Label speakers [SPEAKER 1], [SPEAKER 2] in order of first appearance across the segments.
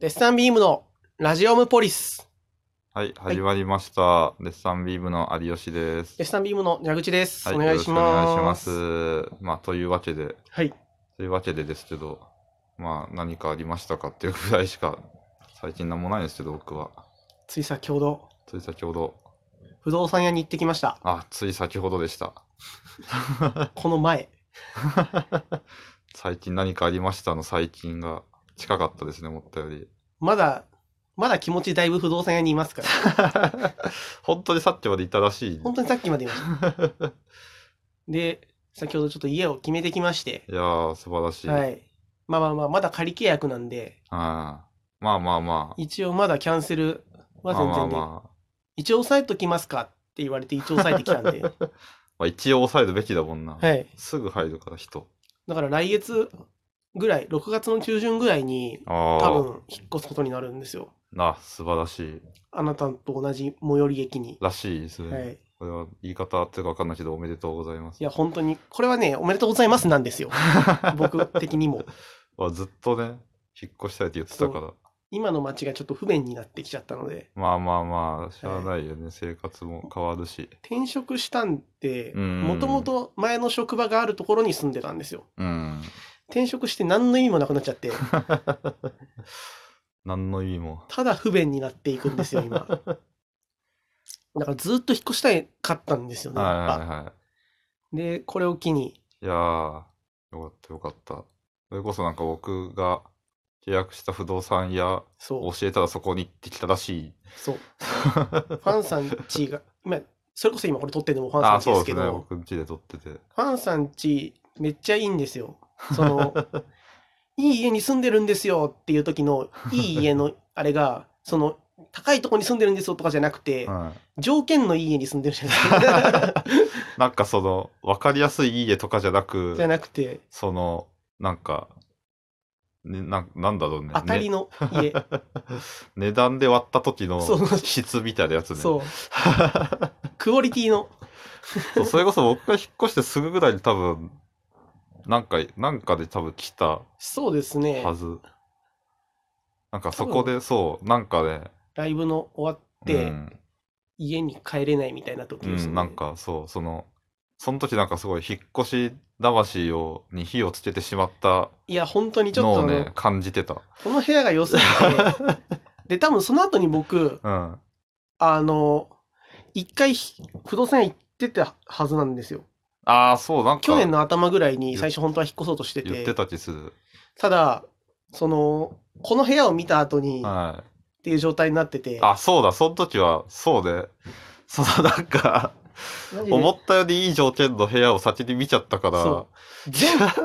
[SPEAKER 1] デッサンビームのラジオムポリス。
[SPEAKER 2] はい、
[SPEAKER 1] い
[SPEAKER 2] 始まりました。デッサンビームの有吉です。
[SPEAKER 1] デッサンビームの矢口です。
[SPEAKER 2] はい、
[SPEAKER 1] お願いし
[SPEAKER 2] よろ
[SPEAKER 1] ま
[SPEAKER 2] し
[SPEAKER 1] す。
[SPEAKER 2] くお願いします。まあ、というわけで、
[SPEAKER 1] はい。
[SPEAKER 2] というわけでですけど、まあ、何かありましたかっていうぐらいしか、最近なんもないですけど、僕は。
[SPEAKER 1] つい先ほど、
[SPEAKER 2] つい先ほど、
[SPEAKER 1] 不動産屋に行ってきました。
[SPEAKER 2] あ、つい先ほどでした。
[SPEAKER 1] この前。
[SPEAKER 2] 最近何かありましたの最近が近かったですね、思った より。
[SPEAKER 1] まだ、まだ気持ちだいぶ不動産屋にいます から。
[SPEAKER 2] 本当にさっきまでいたらしい。
[SPEAKER 1] 本当にさっきまでいました。で、先ほどちょっと家を決めてきまして。
[SPEAKER 2] いやー、素晴らしい。
[SPEAKER 1] は
[SPEAKER 2] うん
[SPEAKER 1] い。まあまあまあ、まだ仮契約なんで、
[SPEAKER 2] まあまあまあ。
[SPEAKER 1] 一応まだキャンセルは全
[SPEAKER 2] まあ
[SPEAKER 1] 然
[SPEAKER 2] ま
[SPEAKER 1] で
[SPEAKER 2] あ、まあ。
[SPEAKER 1] 一応押さえときますかって言われて一応押さえてきたん で。
[SPEAKER 2] まあ、一応抑えるべきだもんな。
[SPEAKER 1] はい。
[SPEAKER 2] すぐ入るから人。
[SPEAKER 1] だから来月ぐらい、6月の中旬ぐらいに、
[SPEAKER 2] あ
[SPEAKER 1] 多
[SPEAKER 2] あ、
[SPEAKER 1] 分引っ越すことになるんですよ。
[SPEAKER 2] な、素晴らしい。
[SPEAKER 1] あなたと同じ最寄り駅に。
[SPEAKER 2] らしいですね。
[SPEAKER 1] はい。
[SPEAKER 2] これは言い方あってかわかんないけど、おめでとうございます。
[SPEAKER 1] いや、本当に、これはね、おめでとうございますなんです よ。僕的にも。
[SPEAKER 2] まあずっとね、引っ越したいって言ってたから。
[SPEAKER 1] 今の街がちょっと不便になってきちゃったので、
[SPEAKER 2] まあまあまあ、しゃあないよね。生活も変わるし。
[SPEAKER 1] 転職したんで、
[SPEAKER 2] うん
[SPEAKER 1] もともと前の職場があるところに住んでたんですよ。
[SPEAKER 2] うん。
[SPEAKER 1] 転職して何の意味もなくなっちゃ って、
[SPEAKER 2] 何の意味も。
[SPEAKER 1] ただ不便になっていくんですよ、今。だからずっと引っ越したいかったんですよね。
[SPEAKER 2] はい
[SPEAKER 1] やっぱ
[SPEAKER 2] はいは
[SPEAKER 1] で、これを機に、
[SPEAKER 2] い。いやー、よかったよかった。それこそなんか僕が契約した不動産屋、
[SPEAKER 1] そ
[SPEAKER 2] 教
[SPEAKER 1] う、
[SPEAKER 2] えたらそこに行ってきたらしい。
[SPEAKER 1] そう、ファンさんちが、今、それこそ今これ撮ってるのもファンさ
[SPEAKER 2] あ
[SPEAKER 1] ん
[SPEAKER 2] ー、
[SPEAKER 1] ち
[SPEAKER 2] そう
[SPEAKER 1] で
[SPEAKER 2] です
[SPEAKER 1] け
[SPEAKER 2] す
[SPEAKER 1] ど、
[SPEAKER 2] ね。僕ん家で撮ってて。
[SPEAKER 1] ファンさんちめっちゃいいんですよ。そ のいい家に住んでるんですよっていう時のいい家 のあれがその高いとこに住んでるんですよとかじゃなくて、
[SPEAKER 2] はい。
[SPEAKER 1] 条件のいい家に住んでるじゃない ですか
[SPEAKER 2] なんかその、わかりやすい家とかじゃなく
[SPEAKER 1] じ、ゃなくて
[SPEAKER 2] その、なんか、ね、ななんだろうね
[SPEAKER 1] 当たり
[SPEAKER 2] ね
[SPEAKER 1] の 家、
[SPEAKER 2] 値段で割った時の
[SPEAKER 1] そう
[SPEAKER 2] 質みたいなやつね。
[SPEAKER 1] そうクオリティの
[SPEAKER 2] そうそれこそ僕が引っ越してすぐぐらいに多分、なんか、なんかで多分来た
[SPEAKER 1] そうですね
[SPEAKER 2] はず。なんかそこで、そう、なんかね、
[SPEAKER 1] ライブの終わっ
[SPEAKER 2] う
[SPEAKER 1] て
[SPEAKER 2] ん、
[SPEAKER 1] 家に帰れないみたいな時
[SPEAKER 2] う
[SPEAKER 1] ですよね、
[SPEAKER 2] ん、なんかそう、その、その時なんかすごい引っ越し魂を、に火をつけてしまった
[SPEAKER 1] いや本当にちょ
[SPEAKER 2] の
[SPEAKER 1] っとあ
[SPEAKER 2] を
[SPEAKER 1] の、
[SPEAKER 2] ね、感じてた。
[SPEAKER 1] この部屋が良すぎて で多分その後に僕
[SPEAKER 2] うん。
[SPEAKER 1] あの、一回ひ不動産屋行ってたはずなんですよ。
[SPEAKER 2] ああ、そう、なんか。
[SPEAKER 1] 去年の頭ぐらいに最初本当は引っ越そうとして
[SPEAKER 2] 言
[SPEAKER 1] て、
[SPEAKER 2] ってた気する。
[SPEAKER 1] ただ、その、この部屋を見た後にっ
[SPEAKER 2] はい。
[SPEAKER 1] ていう状態になってて、
[SPEAKER 2] あ、そうだ、その時は、そうで、 そのなんか、
[SPEAKER 1] マジで
[SPEAKER 2] 思ったよりいい条件の部屋を先に見ちゃったから、
[SPEAKER 1] そ
[SPEAKER 2] そう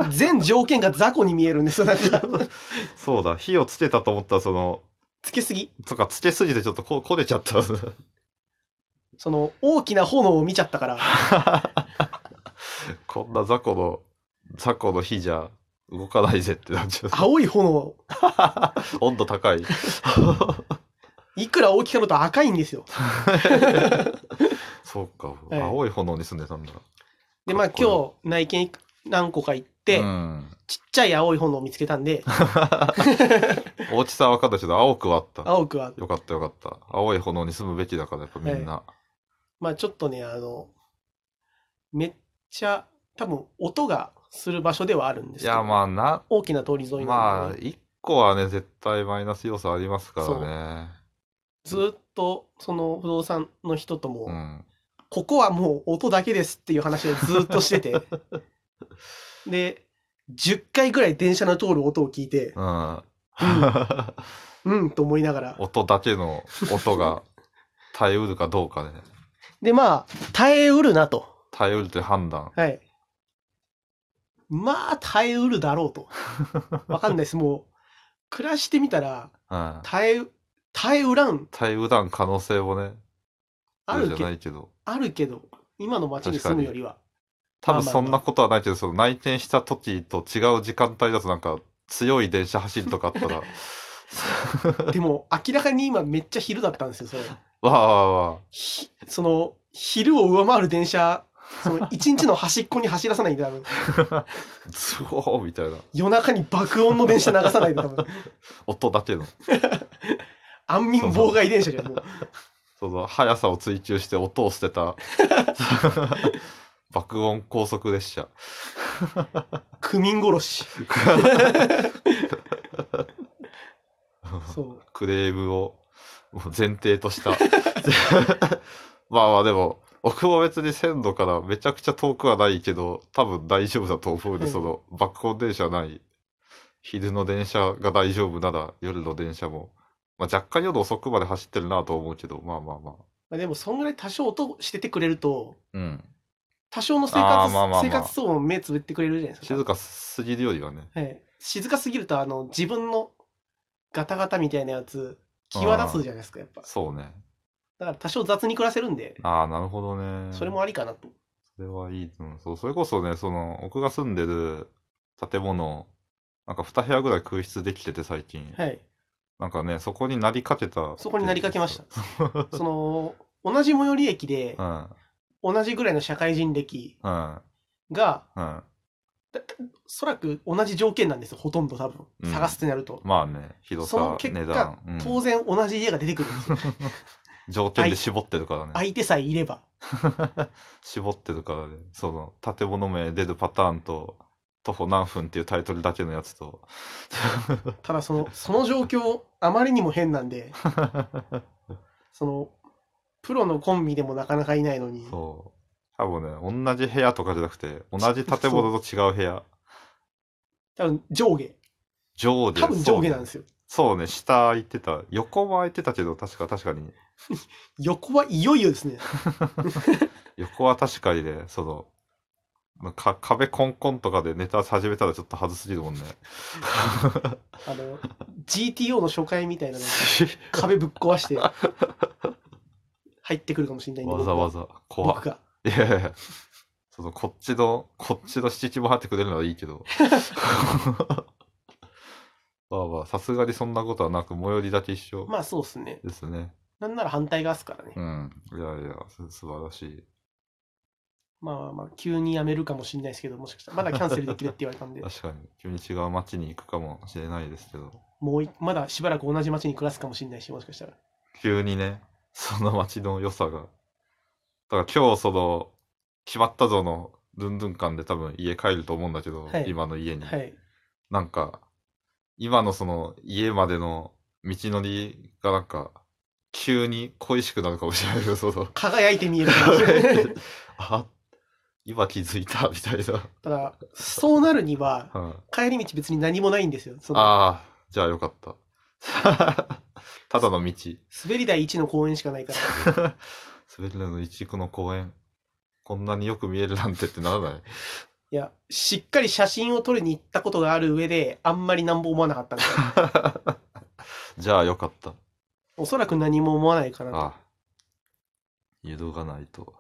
[SPEAKER 1] 全、全条件が雑魚に見えるんですよ。なんか
[SPEAKER 2] うだ、火をつけたと思ったら、その、
[SPEAKER 1] つけすぎ。
[SPEAKER 2] とか、つけすぎてちょっとここねちゃった。
[SPEAKER 1] その、大きな炎を見ちゃったから、
[SPEAKER 2] こんな雑魚の、雑魚の火じゃ動かないぜってなっちゃう。
[SPEAKER 1] 青い炎、
[SPEAKER 2] 温度高 い。
[SPEAKER 1] いくら大きかろうと赤いんですよ。
[SPEAKER 2] そうか、
[SPEAKER 1] い
[SPEAKER 2] 青い炎に住んでたんだ。
[SPEAKER 1] で、まあ
[SPEAKER 2] かっこいい
[SPEAKER 1] 今日内見いく何個か行って、
[SPEAKER 2] うん
[SPEAKER 1] ちっちゃい青い炎を見つけたん で、
[SPEAKER 2] 大きさは分かったけど、青くはあった。
[SPEAKER 1] 青くは
[SPEAKER 2] よかったよかった。青い炎に住むべきだから、やっぱみんな。
[SPEAKER 1] まあちょっとね、あの、めっちゃ、多分音がする場所ではあるんです
[SPEAKER 2] い
[SPEAKER 1] けど、
[SPEAKER 2] や、まあ、な、
[SPEAKER 1] 大きな通り沿いな
[SPEAKER 2] ま
[SPEAKER 1] ん
[SPEAKER 2] あ、
[SPEAKER 1] で、
[SPEAKER 2] 一個はね、絶対マイナス要素ありますからね。
[SPEAKER 1] ずっとその不動産の人とも、
[SPEAKER 2] うん。
[SPEAKER 1] ここはもう音だけですっていう話 をずっとしてて、で、10回ぐらい電車の通る音を聞いて、
[SPEAKER 2] うん。
[SPEAKER 1] うんと思いながら、
[SPEAKER 2] 音だけの音が耐えうるかどうかね。
[SPEAKER 1] で、まあ、耐えうるなと。
[SPEAKER 2] 耐えうるという判断。
[SPEAKER 1] はい。まあ、耐えうるだろうと。わかんないです。もう、暮らしてみたら、
[SPEAKER 2] うん。
[SPEAKER 1] 耐え、耐えうらん、
[SPEAKER 2] 耐えうらん可能性もね、
[SPEAKER 1] あ
[SPEAKER 2] る
[SPEAKER 1] る
[SPEAKER 2] じ
[SPEAKER 1] け
[SPEAKER 2] ゃな
[SPEAKER 1] ど、
[SPEAKER 2] いけど。
[SPEAKER 1] あるけど、今の町に住むよりは。
[SPEAKER 2] 多分
[SPEAKER 1] まあまあ
[SPEAKER 2] そんなことはないけど、その内見した時と違う時間帯だとなんか強い電車走るとかあった ら、
[SPEAKER 1] でも、明らかに今めっちゃ昼だったんですよ、それ。
[SPEAKER 2] わあわあわ
[SPEAKER 1] ひその、昼を上回る電車その一日の端っこに走らさないで多分。
[SPEAKER 2] ズゴーみたいな
[SPEAKER 1] 夜中に爆音の電車流さないで多分。
[SPEAKER 2] 音だけの
[SPEAKER 1] 安眠妨害電車じゃん。もう
[SPEAKER 2] その速さを追求して音を捨て た爆音高速列 車
[SPEAKER 1] 区民殺し。そう。
[SPEAKER 2] クレームをもう前提とした まあまあでも僕も別に線路からめちゃくちゃ遠くはないけど多分大丈夫だと思うんで、
[SPEAKER 1] うん
[SPEAKER 2] その爆音電車ない昼の電車が大丈夫なら夜の電車も、まあ、若干夜遅くまで走ってるなと思うけどまあまあまあ
[SPEAKER 1] まあ、でも、そんぐらい多少音しててくれると、
[SPEAKER 2] うん
[SPEAKER 1] 多少の生活、
[SPEAKER 2] あーまあまあまあ
[SPEAKER 1] 生活層も目つぶってくれるじゃないですか。
[SPEAKER 2] 静かすぎるよりはね
[SPEAKER 1] はい、静かすぎると、あの、自分のガタガタみたいなやつ、際立つじゃないですか、やっぱ。
[SPEAKER 2] そうね
[SPEAKER 1] だから多少雑に暮らせるんで、
[SPEAKER 2] ああなるほどね
[SPEAKER 1] それもありかなと。
[SPEAKER 2] それはいいと思う。そう、それこそね、その、僕が住んでる建物、なんか2部屋ぐらい空室できてて最近。
[SPEAKER 1] はい。
[SPEAKER 2] なんかね、そこになりかけた。
[SPEAKER 1] そこになりかけました。
[SPEAKER 2] うん。
[SPEAKER 1] その、同じ最寄り駅で、
[SPEAKER 2] うん。
[SPEAKER 1] 同じぐらいの社会人歴
[SPEAKER 2] うん。
[SPEAKER 1] が、
[SPEAKER 2] うん。
[SPEAKER 1] おそらく同じ条件なんですよ、ほとんど多分。
[SPEAKER 2] うん
[SPEAKER 1] 探すとなると。
[SPEAKER 2] まあね、広
[SPEAKER 1] その
[SPEAKER 2] さ、
[SPEAKER 1] 結果
[SPEAKER 2] 値段、うん
[SPEAKER 1] 当然同じ家が出てくるん ですよ。
[SPEAKER 2] 条件で絞ってるからね。
[SPEAKER 1] 相手さえいれば。
[SPEAKER 2] 絞ってるからね。その、建物名出るパターンと、徒歩何分っていうタイトルだけのやつ と。
[SPEAKER 1] ただその、その状況、あまりにも変なんで、その、プロのコンビでもなかなかいないのに、
[SPEAKER 2] そう。多分ね、同じ部屋とかじゃなくて、同じ建物と違う部屋。
[SPEAKER 1] 多分上下。
[SPEAKER 2] 上下。。
[SPEAKER 1] 多分上下なんですすよ。
[SPEAKER 2] そうね、下空いてた。横も空いてたけど、確か確かに。
[SPEAKER 1] 横はいよいよですね。
[SPEAKER 2] 横は確かにね、その、まか壁コンコンとかでネタ始めたらちょっと外すぎる もんね。
[SPEAKER 1] あの、GTO の初回みたいなのが壁ぶっ壊して、入ってくるかもしれないんで、
[SPEAKER 2] わざわ
[SPEAKER 1] ざ
[SPEAKER 2] ざ。怖っ
[SPEAKER 1] 僕が。
[SPEAKER 2] いやいやいやその、こっちの、こっちの敷地も入ってくれるのはいいけど。 まあまあ、さすがにそんなことはなく、最寄りだけ一緒
[SPEAKER 1] まあそうですね。
[SPEAKER 2] ですね。
[SPEAKER 1] なんなら反対側ですからね。
[SPEAKER 2] うん。いやいや、す素晴らしい。
[SPEAKER 1] まあまあまあ、急に辞めるかもしれないですけど、もしかしたら、まだキャンセルできるって言われたん で、
[SPEAKER 2] 確かに、急に違う街に行くかもしれないですけど。
[SPEAKER 1] もうい、まだしばらく同じ町に暮らすかもしれないし、もしかしたら。
[SPEAKER 2] 急にね、その街の良さが。だから今日その、決まったぞのルンルン館で多分家帰ると思うんだけど、
[SPEAKER 1] はい
[SPEAKER 2] 今の家に。
[SPEAKER 1] はい。、
[SPEAKER 2] なんか、今のその家までの道のりがなんか、急に恋しくなるかもしれないけど、その
[SPEAKER 1] 輝いて見えるかもしれ ない。
[SPEAKER 2] あ、今気づいた、みたいな。
[SPEAKER 1] ただ、そうなるには、
[SPEAKER 2] うん、
[SPEAKER 1] 帰り道別に何もないんですよ。その
[SPEAKER 2] ああ、じゃあよかった。 ただの道。
[SPEAKER 1] 滑り台1の公園しかないから。
[SPEAKER 2] 滑り台の一区の公園。こんなによく見えるなんてってなら ない
[SPEAKER 1] いや、しっかり写真を撮りに行ったことがある上で、あんまり何も思わなかったんで、
[SPEAKER 2] じゃあよかった。
[SPEAKER 1] おそらく何も思わないかなと。
[SPEAKER 2] ああ。揺るがないと。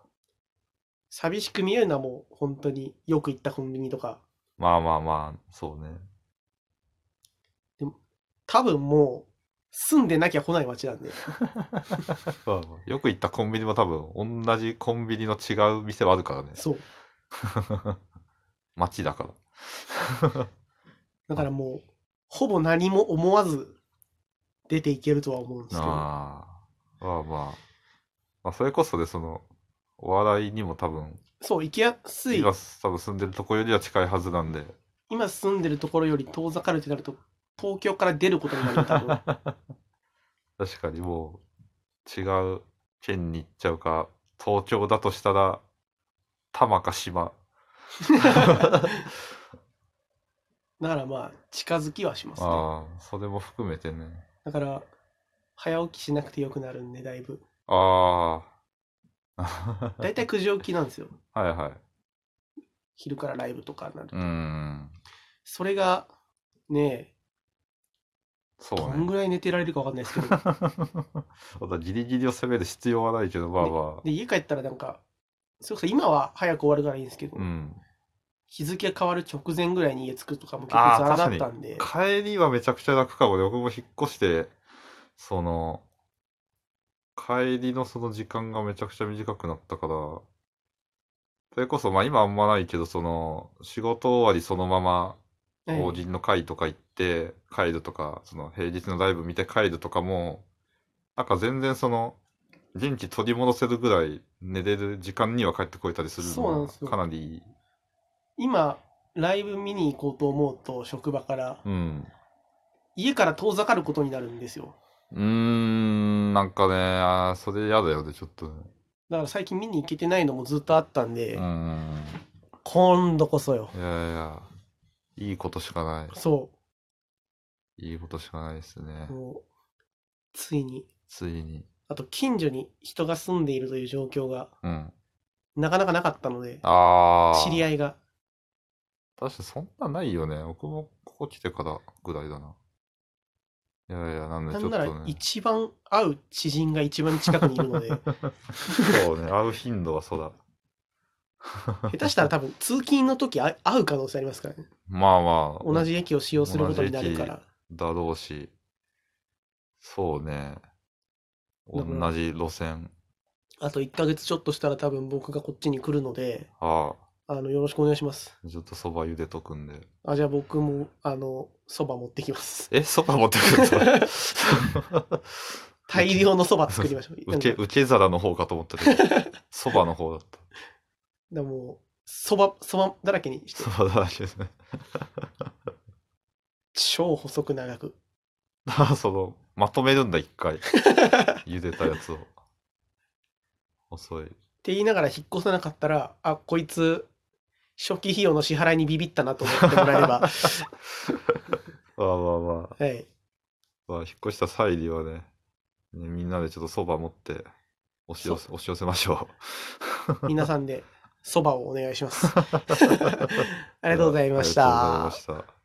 [SPEAKER 1] 寂しく見えるのはもう、本当によく行ったコンビニとか。
[SPEAKER 2] まあまあまあ、そうね。
[SPEAKER 1] 多分もう、住んでなきゃ来ない街なんで。
[SPEAKER 2] まあまあよく行ったコンビニも多分、同じコンビニの違う店はあるからね。
[SPEAKER 1] そう。
[SPEAKER 2] 街だから。
[SPEAKER 1] だからもう、ほぼ何も思わず、出ていけるとは思うんですけど。
[SPEAKER 2] ああ。まあまあ。まあ、それこそで、その、お笑いにも多分、
[SPEAKER 1] そう、行きやすい
[SPEAKER 2] 今。多分住んでるとこよりは近いはずなんで。
[SPEAKER 1] 今住んでるところより遠ざかるってなると、東京から出ることになる、多 分。
[SPEAKER 2] 確かにもう違う県に行っちゃうか東京だとしたら多摩か島
[SPEAKER 1] だからまあ、近づきはしますね。
[SPEAKER 2] ああそれも含めてね
[SPEAKER 1] だから、早起きしなくてよくなるんで、だいぶ。
[SPEAKER 2] ああ
[SPEAKER 1] だいたい9時起きなんですよ。
[SPEAKER 2] はいはい
[SPEAKER 1] 昼からライブとかなると。
[SPEAKER 2] うん
[SPEAKER 1] それが、ねえ、
[SPEAKER 2] そう
[SPEAKER 1] どん
[SPEAKER 2] ね
[SPEAKER 1] ぐらい寝てられるかわかんないですけど。
[SPEAKER 2] またギリギリを攻める必要はないけどまあまあ、
[SPEAKER 1] で、家帰ったらなんか、それこそ今は早く終わるからいいんですけど、
[SPEAKER 2] うん
[SPEAKER 1] 日付が変わる直前ぐらいに家着くとかも結
[SPEAKER 2] あ
[SPEAKER 1] 構
[SPEAKER 2] ー
[SPEAKER 1] ザラだったんで、
[SPEAKER 2] 帰りはめちゃくちゃ楽かもね僕も引っ越してその帰りのその時間がめちゃくちゃ短くなったからそれこそ、まあ今あんまないけど、その、仕事終わりそのまま、
[SPEAKER 1] ええ
[SPEAKER 2] 法人の会とか行って帰るとか、その平日のライブ見て帰るとかも、なんか全然その、人気取り戻せるぐらい寝れる時間には帰ってこれたりする
[SPEAKER 1] そうなん
[SPEAKER 2] の
[SPEAKER 1] ですよ
[SPEAKER 2] はかなりいい。
[SPEAKER 1] 今、ライブ見に行こうと思うと、職場から、
[SPEAKER 2] うん。
[SPEAKER 1] 家から遠ざかることになるんですよ。
[SPEAKER 2] うーん、なんかね、あーそれ嫌だよね、ちょっとね。
[SPEAKER 1] だから最近見に行けてないのもずっとあったんで、
[SPEAKER 2] うん。
[SPEAKER 1] 今度こそよ。
[SPEAKER 2] いやいや、いいことしかない。
[SPEAKER 1] そ
[SPEAKER 2] いいことしかないですね
[SPEAKER 1] う。。もうついに。
[SPEAKER 2] ついに。
[SPEAKER 1] あと、近所に人が住んでいるという状況が、
[SPEAKER 2] うん。
[SPEAKER 1] なかなかなかったので、
[SPEAKER 2] ああ。
[SPEAKER 1] 知り合いが。
[SPEAKER 2] 確かにそんなないよね。僕もここ来てからぐらいだな。いやいや、なんで
[SPEAKER 1] な
[SPEAKER 2] ち
[SPEAKER 1] ん
[SPEAKER 2] ょっ
[SPEAKER 1] な
[SPEAKER 2] と
[SPEAKER 1] ら、
[SPEAKER 2] ね。
[SPEAKER 1] 一番会う知人が一番近くにいるの で、
[SPEAKER 2] そうね、会う頻度はそうだ。
[SPEAKER 1] 下手したら多分、通勤の時あ会う可能性あります からね。
[SPEAKER 2] まあまあ、
[SPEAKER 1] 同じ駅を使用することになるから。
[SPEAKER 2] だろうし。そうね。
[SPEAKER 1] だ
[SPEAKER 2] 同
[SPEAKER 1] から
[SPEAKER 2] じ路線。
[SPEAKER 1] あと1ヶ月ちょっとしたら多分僕がこっちに来るので、
[SPEAKER 2] あ
[SPEAKER 1] あの、よろしくお願いします。
[SPEAKER 2] あ、ちょっとそば茹でとくんで。
[SPEAKER 1] あ、じゃあ僕も、あの、そば持ってき ます。
[SPEAKER 2] え、そば持ってくん だ。
[SPEAKER 1] 大量のそば作り ましょう。な
[SPEAKER 2] 受
[SPEAKER 1] ん
[SPEAKER 2] け、
[SPEAKER 1] か
[SPEAKER 2] 受け皿の方かと思っ てた。そばの方だった。
[SPEAKER 1] でも、そば、そばだらけにして
[SPEAKER 2] そ、ばだらけですね。
[SPEAKER 1] 超細く長く。
[SPEAKER 2] あその、まとめるんだ、一 回。茹でたやつを。遅い。
[SPEAKER 1] って言いながら引っ越さなかったら、あ、こいつ、初期費用の支払いにビビったなと思ってもらえれ ば、
[SPEAKER 2] まあまあまあ。
[SPEAKER 1] はい、
[SPEAKER 2] まあ、引っ越した際にはね、ねみんなでちょっとそば持って、押し寄せ、押し寄せましょ
[SPEAKER 1] 皆 さんで、そばをお願いします。あ
[SPEAKER 2] う。
[SPEAKER 1] りがとうございまし
[SPEAKER 2] ありがとうござい
[SPEAKER 1] た
[SPEAKER 2] ま。した。